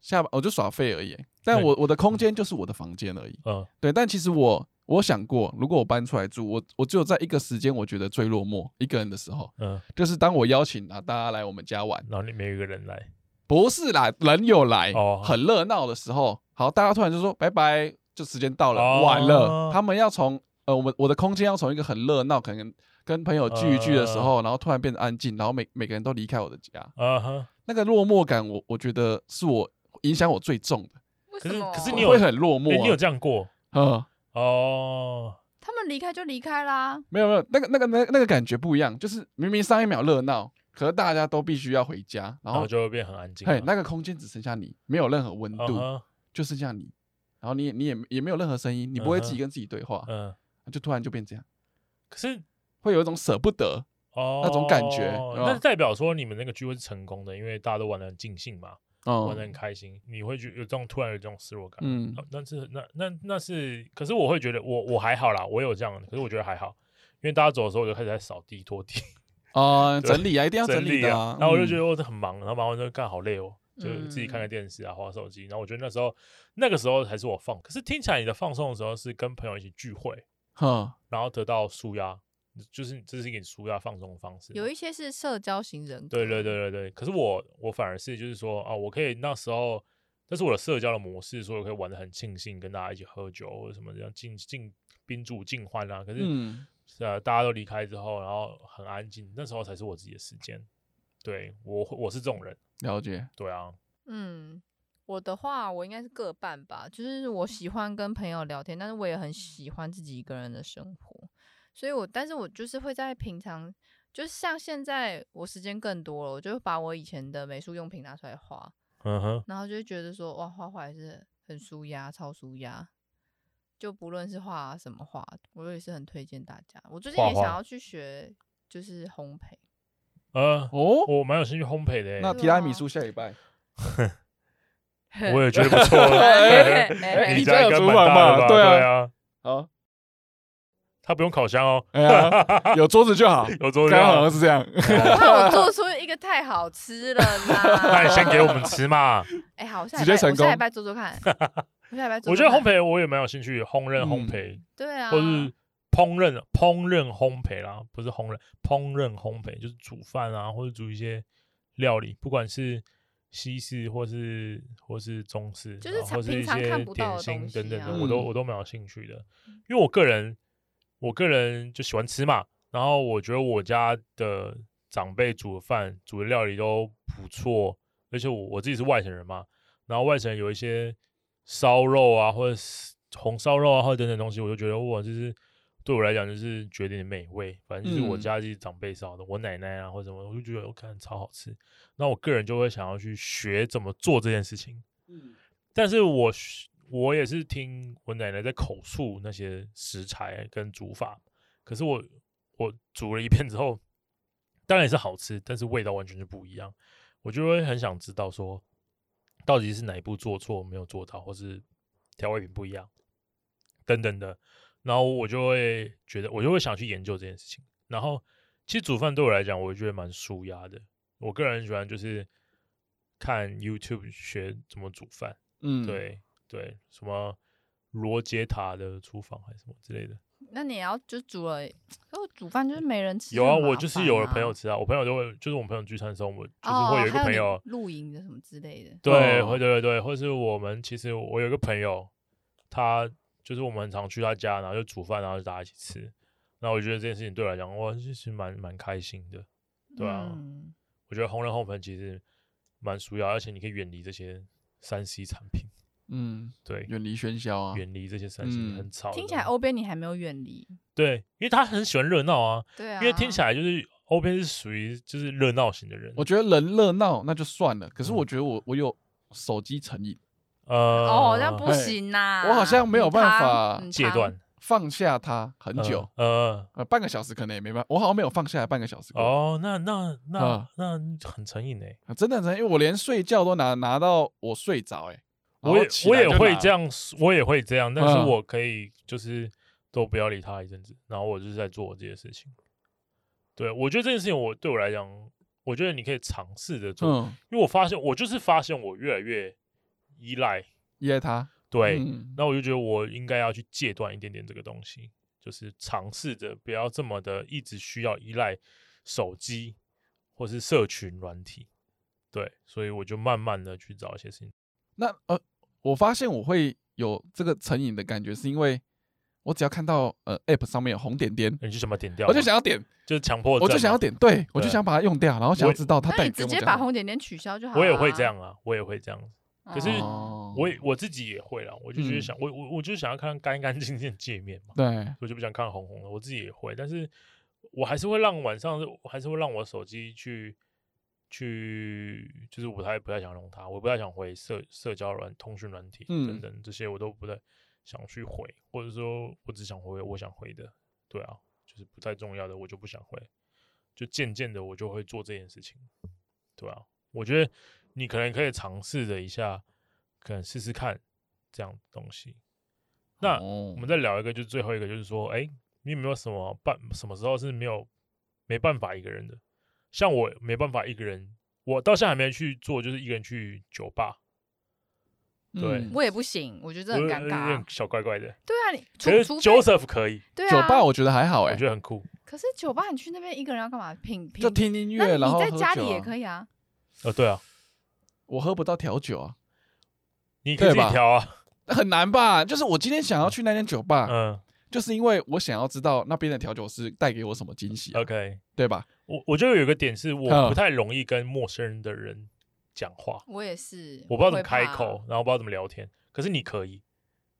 下班我就耍废而已欸，但
对
我我的空间就是我的房间而已。
嗯
对，但其实我我想过，如果我搬出来住，我我只有在一个时间我觉得最落寞一个人的时候，
嗯，
就是当我邀请啊大家来我们家玩，
然后你没有一个人来，
不是啦，人有来，
哦
很热闹的时候，好，大家突然就说拜拜，就时间到了，
哦
晚了，他们要从呃，我们我的空间要从一个很热闹，可能跟朋友聚一聚
呃
的时候，然后突然变得安静，然后每每个人都离开我的家，
啊哈，
那个落寞感我，我觉得是我影响我最重的，
为
可
什
是
么？
可是
我
你有
会很落
诶你
寞、
有
啊，
这样过
嗯，
哦？
他们离开就离开啦，
没有没有，那个那个那个那个感觉不一样，就是明明上一秒热闹，可是大家都必须要回家，然
然后
后
就会变很安静了。
嘿，那个空间只剩下你，没有任何温
嗯
度。
哼
就剩下你，然后你也你也也没有任何声音，你不会自
嗯
己
哼
跟自己对话，
嗯，
就突然就变这样，
可是
会有一种舍不得。
哦，
那种感觉对吧
那代表说你们那个聚会是成功的，因为大家都玩的很尽兴嘛，玩的很
嗯
开心，你会觉有这种突然有这种失落感。
嗯
哦，那是那那那是，可是我会觉得我我还好啦，我有这样的，可是我觉得还好，因为大家走的时候我就开始在扫地拖地，
啊，
对
整理啊，一定要整
整
理的啊
啊。。然后我就觉
得，
得我很忙，然后忙完之后干好累哦，就
嗯
自己看看电视啊，划手机。然后我觉得那时候那个时候才是我放，可是听起来你的放松的时候是跟朋友一起聚会，
哼，
然后得到舒压，就是这是一个你舒压放松的方式嘛。
有一些是社交型人格，
对对，对对对，可是我我反而是就是说啊，我可以那时候，这是我的社交的模式，所以我可以玩的很尽兴，跟大家一起喝酒或者什么这样尽尽宾主尽欢啊。可是、
嗯，
呃，大家都离开之后，然后很安静，那时候才是我自己的时间。对我会我是这种人，
了解。
对啊，
嗯。我的话，我应该是各半吧，就是我喜欢跟朋友聊天，但是我也很喜欢自己一个人的生活，所以我，但是我就是会在平常，就是像现在我时间更多了，我就会把我以前的美术用品拿出来画，
嗯哼，
然后就会觉得说，哇，画画也是很舒压，超舒压。就不论是画什么画，我也是很推荐大家。我最近
画
也想
画
要去学，就是烘焙。
呃，
哦，
我蛮有兴趣烘焙的欸、
那
对
提拉米
啊
苏下礼拜，
我也觉得不错
哎哎
欸。
哎
你
你
家
家
应
有
该
厨
蛮
房
大的
吧
吧？
对啊
对啊，
好，
它不用烤箱哦，
哎 呀，有桌子就好。
有桌子就
刚好好
好
像是这 样，
我怕我做出一个太好吃了啦。
那你先给我们。吃嘛。
哎，好，我下
直
礼
接
拜
成
我下礼
功
拜做做 看。我下礼拜做。
我觉得烘。焙我也蛮有兴趣，烘饪、烘
嗯
焙，
对啊。
或是烹饪、烹饪烘焙啦，不是烘饪，烹饪烘焙就是煮饭啊，或者煮一些料理，不管是西式或是或是中式，
就是
然后
常
或是一
平常
些
看不到
点
的
心
东
等等
西啊
的，
嗯
我都
嗯
我都蛮有兴趣的，因为我个人我个人就喜欢吃嘛，然后我觉得我家的长辈煮的饭、煮的料理都不错，而且我我自己是外省人嘛，然后外省人有一些烧肉啊，或者是红烧肉啊，或者等等东西，我就觉得哇，就是对我来讲就是绝顶的美味。反正就是我
嗯
家这些长辈烧的，我奶奶啊或者什么，我就觉得我看超好吃。那我个人就会想要去学怎么做这件事情。但是我学我也是听我奶奶在口述那些食材跟煮法，可是我我煮了一遍之后，当然也是好吃，但是味道完全就不一样。我就会很想知道说，到底是哪一步做错没有做到，或是调味品不一样等等的。然后我就会觉得，我就会想去研究这件事情。然后其实煮饭对我来讲，我觉得蛮舒压的。我个人喜欢就是看 YouTube 学怎么煮饭。
嗯，，
对对，什么罗杰塔的厨房还是什么之类的。
那你也要就煮了，可我煮饭就是没人吃。
有啊，
很
我
麻
就是
烦
有了朋
啊
友。吃啊，我朋友就会，就是我们朋友聚餐的时候，我就是
哦
会有一个
还
朋
你
友，
露营的什么之类的。
对，
哦
会对对对，或是我们其实我有一个朋友，他就是我们很常去他家，然后就煮饭，然后就大家一起吃。那我觉得这件事情对我来讲，我其实蛮蛮开心的。对啊
嗯
我觉得红人烘焙其实蛮舒压，而且你可以远离这些三 C 产品，
嗯，
对，
远离喧嚣啊，
远离这些三 C
嗯
很吵的东西。
听起来欧边你还没有远离，
对，因为他很喜欢热闹啊，
对啊，
因为听起
来
来就是欧边是属于就是热闹型的人，
我觉得人热闹那就算了，可是
嗯
我觉得我我有手机成瘾，
呃，
哦，好像不
哎
行呐、
我好像没有
很
办
烫
法
很
戒
烫
断
放下它很久，，
呃呃，
呃，半个小时可能也没办法，我好像没有放下来半个小时过。
哦，那那那
啊
那很成瘾哎，
啊真的真的，因为我连睡觉都拿拿到我睡着、欸，哎，
我也我也会这
样，
样，我也会这样，但是
嗯
我可以就是都不要理他一阵子，然后我就是在做我自己的事情。对我觉得这件事情我，对我来讲，我觉得你可以尝试着做，
嗯，
因为我发现我就是发现我越来越依赖，
依赖他，
对，
嗯
那我就觉得我应该要去戒断一点点这个东西，就是尝试着不要这么的一直需要依赖手机或是社群软体。对，所以我就慢慢的去找一些事情。
那呃，我发现我会有这个成瘾的感觉，是因为我只要看到呃 App 上面有红点点，
你就想把它点掉嘛，
我就想要点，
就是强迫症嘛，
我就想要点，对我就
对
想把它用掉，然后想
我
要
也
知道它
那
带
你
给
直
我
接
讲
把
什么
红点点取消就好了。嗯
我也会这，样啊，我也会这样，可是
哦
我也我自己也会啦，我就觉得
嗯
想，我我我就想要看干干净净的界面嘛，
对，
我就不想看红红的，我自己也会，但是我还是会让晚上，我还是会让我手机去去，就是我不太不太想用它，我不太想回社社交软、通讯软体等
嗯
等、这些，我都不太想去回，或者说我只想回我想回的，对啊，就是不太重要的我就不想回，就渐渐的我就会做这件事情，对啊，我觉得你可能可以尝试着一下，可能试试看这样的东西。那、
我
嗯
我们再聊一个，就是最后一个，就是说，哎、你有没有什么办？什么时候是没有没办法一个人的？像我没办法一个人，我到现在还没去做，就是一个人去酒吧，对
嗯
我也不行，我觉得这很
我
尴尬
有点
啊。
小怪怪的。
对啊，你
可
除
是
除非
Joseph 可以，
对啊，
酒吧我觉得还好
我
哎
觉，得很酷。
可是酒吧你去那边一个人要干嘛？品品
就听音
那
乐，然后
你在
喝
家
酒
里也
啊
可以啊。
呃，对啊，
我喝不到调酒啊，
你可以自
对
己
吧
调啊，
那很难吧？就是我今天想要去那间酒
啊
吧，
嗯
就是因为我想要知道那边的调酒师带给我什么惊喜啊，
，OK。
对吧？
我我觉得有一个点是我
好
不太容易跟陌生人的人讲话，
我也是，
我不知道怎
会
么开
怕
口，然后不知道怎么聊天。可是你可以，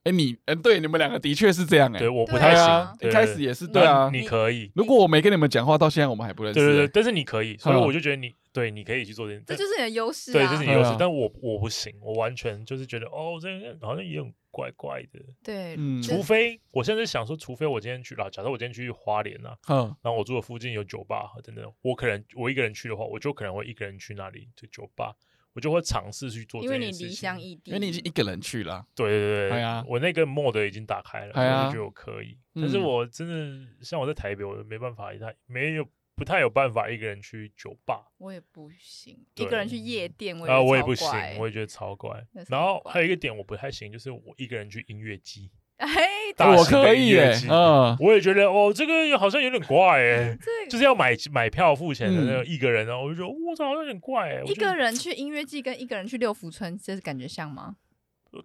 哎，你哎，对，你们两个的确是这样哎
对，，我不
对
太
啊
行，，
一
对
开
对
始也是
那
对啊，
你
你
可以，
如果我没跟你们讲话，到现在我们还不认识。
对对对，
欸，
但是你可以，所以
嗯
我就觉得你对，你可以去做这件，
这
但
就是你的优势啊。
对，这是你优势
对啊，
但我我不行，我完全就是觉得哦，这个好像也很怪怪的。
对
嗯，
就
除非我现在是想说，除非我今天去啦，假设我今天去花莲啊，
嗯
然后我住的附近有酒吧等等，我可能我一个人去的话，我就可能会一个人去那里就酒吧，我就会尝试去做这
因为
件
你
事情。
离乡异地，
因为你已经一个人去了，
对对对
哎呀
我那个 mod 已经打开了，所以
哎呀
我就觉得我可以。但是
嗯
我真的像我在台北，我没办法，太没有不太有办法一个人去酒吧
我也不行，
对
一个人去夜店，我
啊，我也
超
不行
怪，
我也觉得超怪
那。是
然
很
后
怪
还有一个点我不太行，就是我一个人去音乐季，
哎，，
大
我
型的
可
音
以
乐
耶
季，
嗯，
我也觉得哦，这个好像有点怪哎
这
就是要买买票付钱的那
嗯
种一个人，然后我就觉得哇，这好像有点怪哎。我
一
觉得
个人去音乐季跟一个人去六福村，这是感觉像吗？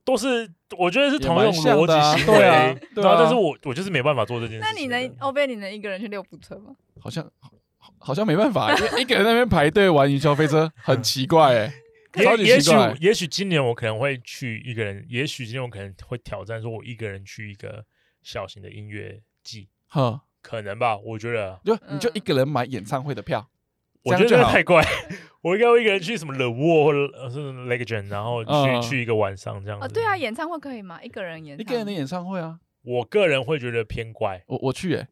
都是我觉得是
也
同
蛮
一种
像
逻
的啊
辑行为，
对啊对
然后但是
啊
我我就是没办法做这件事
那
情。
你能欧贝，你能一个人去六福村吗？
好像好好像没办法， 因为一个人在那边排队玩云霄飞车很 奇怪哎，超级
也也
奇
许
怪。
也许今年我可能会去一个人，也许今年我可能会挑战，说我一个人去一个小型的音乐季，
哼，
可能吧？我觉得，
就你就
嗯
一个人买演唱会的票，
我
这
觉得
样就好
太怪， 我应该会一个人去什么 The Wall 或者呃是 Legend，然后去、
嗯
去一个晚上这样子。
哦，对啊，，演唱会可以吗？一个人演唱，
一个人的演唱会啊，
我个人会觉得偏怪。
我我去哎，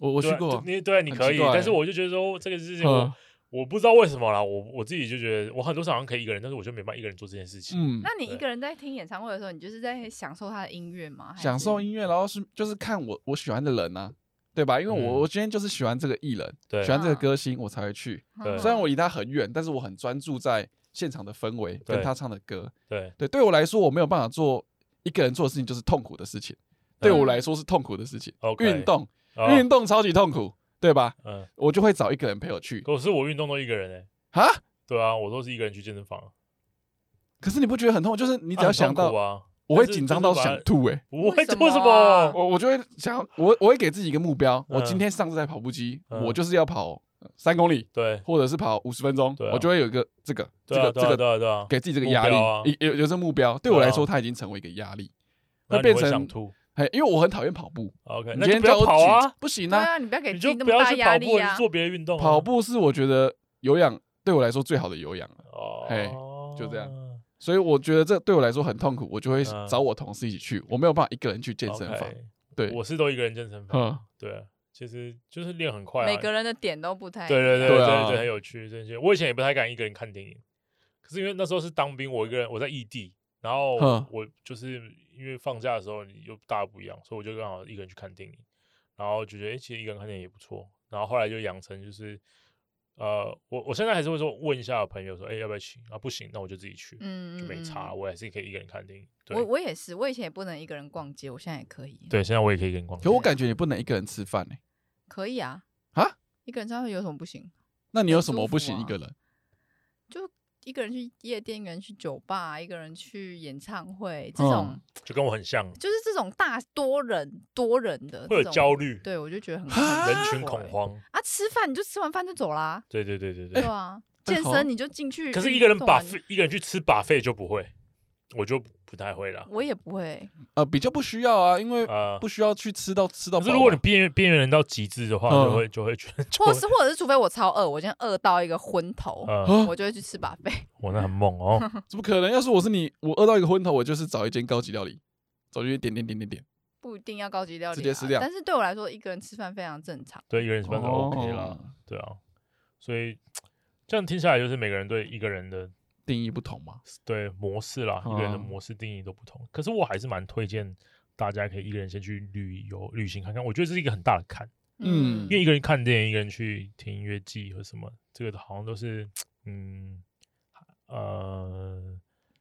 我我
我
去过，
你对啊你
很
可
奇
以，
怪
但是我就觉得说这个事情我，
嗯
我不知道为什么啦，我我自己就觉得我很多时候好像可以一个人，但是我就没办法一个人做这件事情。
嗯
那，你一个人在听演唱会的时候，你就是在享受他的音乐吗？还是
享受音乐，然后是就是看我我喜欢的人啊，对吧？因为
嗯
我我今天就是喜欢这个艺人，
对
喜欢这
嗯
个歌星，我才会去。
对
虽然我离他很远，但是我很专注在现场的氛围跟
对
他唱的歌。
对，
对，对我来说，我没有办法做一个人做的事情，就是痛苦的事情。对我来说是痛苦的事情。
嗯 OK
运动，
哦
运动超级痛苦，对吧？
嗯，
我就会找一个人陪我去
可是我运动都一个人哎、
啊。
对啊，我都是一个人去健身房啊。
可是你不觉得很痛？就是你只要想
啊很痛
到
苦，啊，
我会
但是
紧张到
就是把
想吐、欸。哎，
不会
为什么
做什
啊
么？
我我就会想要，我我会给自己一个目标。我
嗯
今天上次在跑步机，
嗯
我就是要跑呃三公里，
对，
或者是跑五十分钟
对啊，
我就会有一个这个这
对啊，
个
对
这
啊，
个
对啊，对啊，
给自己这个
目
压力，
标啊
一有有这目标，对
对
我来
啊
说，它已经成为一个压力，
那
会
你
变
会想
成
吐。
哎，因为我很讨厌跑步，
OK，
你
那
今
就
天
不
叫
要
我
跑
举
啊，
不行
对
啊，
啊，你不要给
你
自己
就
那
不
么
要
大
去
压
跑步，
力
或者
啊
是。做别的运动啊。
跑步是我觉得有氧对我来说最好的有氧了，
哦，
嘿就这样
样。
所以我觉得这对我来说很痛苦，我就会
嗯
找我同事一起去，我没有办法一个人去健身房，对，
我是都一个人健身房。
嗯，
对啊，其实就是练很快啊。
每个人的点都不太
对对对
对
对
啊
对，很有趣这些。我以前也不太敢一个人看电影，可是因为那时候是当兵，我一个人我在异地，然后
哼
我就是因为放假的时候你又大不一样，所以我就刚好一个人去看电影，然后就觉得诶其实一个人看电影也不错。然后后来就养成就是，呃，我我现在还是会说问一下朋友说，哎，要不要一起？啊，不行，那我就自己去，
嗯，
就没
嗯
差，
嗯
我还是可以一个人看电影。对
我我也是，我以前也不能一个人逛街，我现在也可以。，
对，现在我也可以跟你逛
可
街。
我感觉你不能一个人吃饭呢、欸
可以啊。
啊？
一个人吃饭有什么不行？
那你
很
有什
舒
么不
服
行？一
啊
个人
就一个人去夜店，一个人去酒吧，一个人去演唱会，这
嗯
种、
就跟我很像，
就是这种大多人多人的
会有
这种
焦虑，
对我就觉得很
人
很
群
不
恐
欸
慌。
啊！吃饭你就吃完饭就走啦，
对对对对
对
对。
啊。
但
健
好
身你就进去运动
可
啊，
是一个人把
你
一个人去吃把费就不会，我就不不太会了。
我也不 会，
呃比较不需要啊，因为
啊
不需要去吃到吃到
可
饱啊。
是如果你边缘边缘人到极致的话，
嗯
就会就会觉得，就
或
会
者是或者是除非我超饿，我今天饿到一个昏头，
呃，
啊
我，就会去吃把费。
我那很猛 哦，
怎么可能？要是我是你，我饿到一个昏头，我就是找一间高级料理，找一间点点点点点。
不一定要高级料理、啊，
直接吃掉
但是对我来说，一个人吃饭非常正常。
对一个人吃饭都 OK 啦
哦，
对啊，所以这样听下来就是每个人对一个人的
定义不同嘛。
对模式啦，一个人的
嗯
模式定义都不同。可是我还是蛮推荐大家可以一个人先去旅游旅行看看，我觉得这是一个很大的坎，
嗯
因为一个人看电影，一个人去听音乐季或什么，这个好像都是嗯呃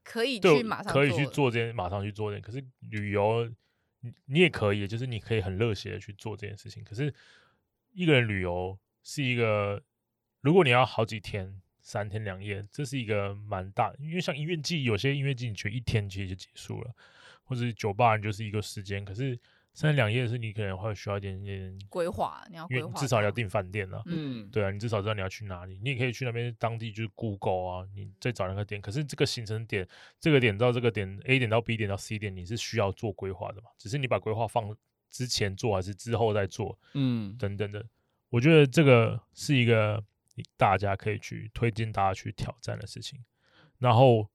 可以
对，
去马上
可以去，做这件，马上去做这件。可是旅游，你你也可以，就是你可以很热血的去做这件事情。可是一个人旅游是一个，如果你要好几天，三天两夜，这是一个蛮大，因为像音乐季，有些音乐季你觉得一天其实就结束了，或者酒吧你就是一个时间，可是三天两夜是你可能会需要一点点
规划你要
因为
规
你
划
至少要
它
订饭店啊。
嗯，
对啊，你至少知道你要去哪里，你也可以去那边当地就是 Google 啊，你再找那个点。可是这个行程点，这个点到这个点 A 点到 B 点到 C 点，你是需要做规划的嘛？只是你把规划放之前做还是之后再做
嗯，
等等的。我觉得这个是一个大家可以去推荐大家去挑战的事情，然后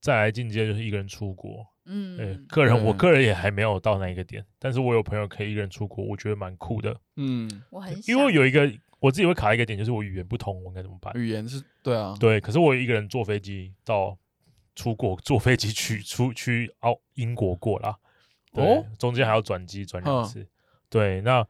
再来进阶就是一个人出国。对，
嗯，
个人我
对
个人也还没有到那一个点，但是我有朋友可以一个人出国，我觉得蛮酷的。
嗯，
我很
因为
想
有一个我自己会卡一个点，就是我语言不通，我该怎么办？
语言是对啊，
对，可是我一个人坐飞机到出国，坐飞机去出去澳英国过啦。哦
哦，
中间还要转机转两
嗯
次。对，那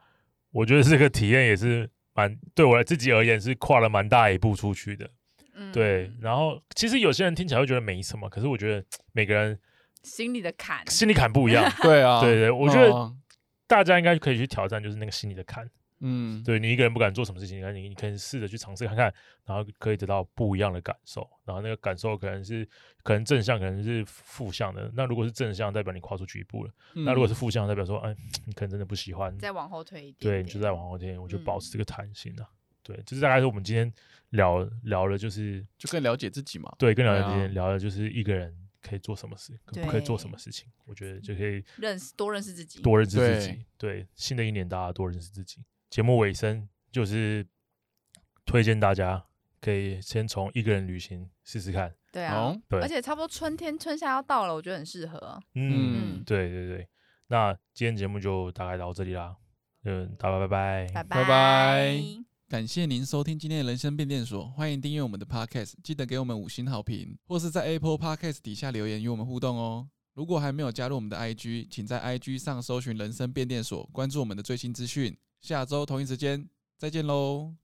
我觉得这个体验也是蛮对我自己而言是跨了蛮大一步出去的。
嗯
对，然后其实有些人听起来会觉得没什么，可是我觉得每个人
心里的坎，
心里坎不一样。
对 啊，
对对，我觉得
嗯
大家应该可以去挑战，就是那个心里的坎。
嗯，
对你一个人不敢做什么事情，那你你可以试着去尝试看看，然后可以得到不一样的感受，然后那个感受可能是可能正向，可能是负向的。那如果是正向，代表你跨出去一步了；
嗯
那如果是负向，代表说，哎，你可能真的不喜欢，
再往后退一点
对，
点，
你就再往后天，我就保
嗯
持这个弹性啊。对，这是大概是我们今天聊聊的，就是
就更了解自己嘛。
对跟聊
对
天之
啊
间聊的就是一个人可以做什么事，可不可以做什么
对
事情，我觉得就可以
认识多认识自己。
多认识自
对
己。对，新的一年大家多认识自己。节目尾声就是推荐大家可以先从一个人旅行试试看。
对啊
哦，，
对
而且差不多春天春夏要到了，我觉得很适合啊。
嗯，
嗯
对对对。那今天节目就大概到这里啦。嗯，大家拜拜。
拜
拜拜感谢您收听今天的人生变电所，欢迎订阅我们的 Podcast，记得给我们五星好评，或是在 Apple Podcast 底下留言与我们互动哦。如果还没有加入我们的 IG，请在 IG 上搜寻“人生变电所”，关注我们的最新资讯。下周同一时间再见喽！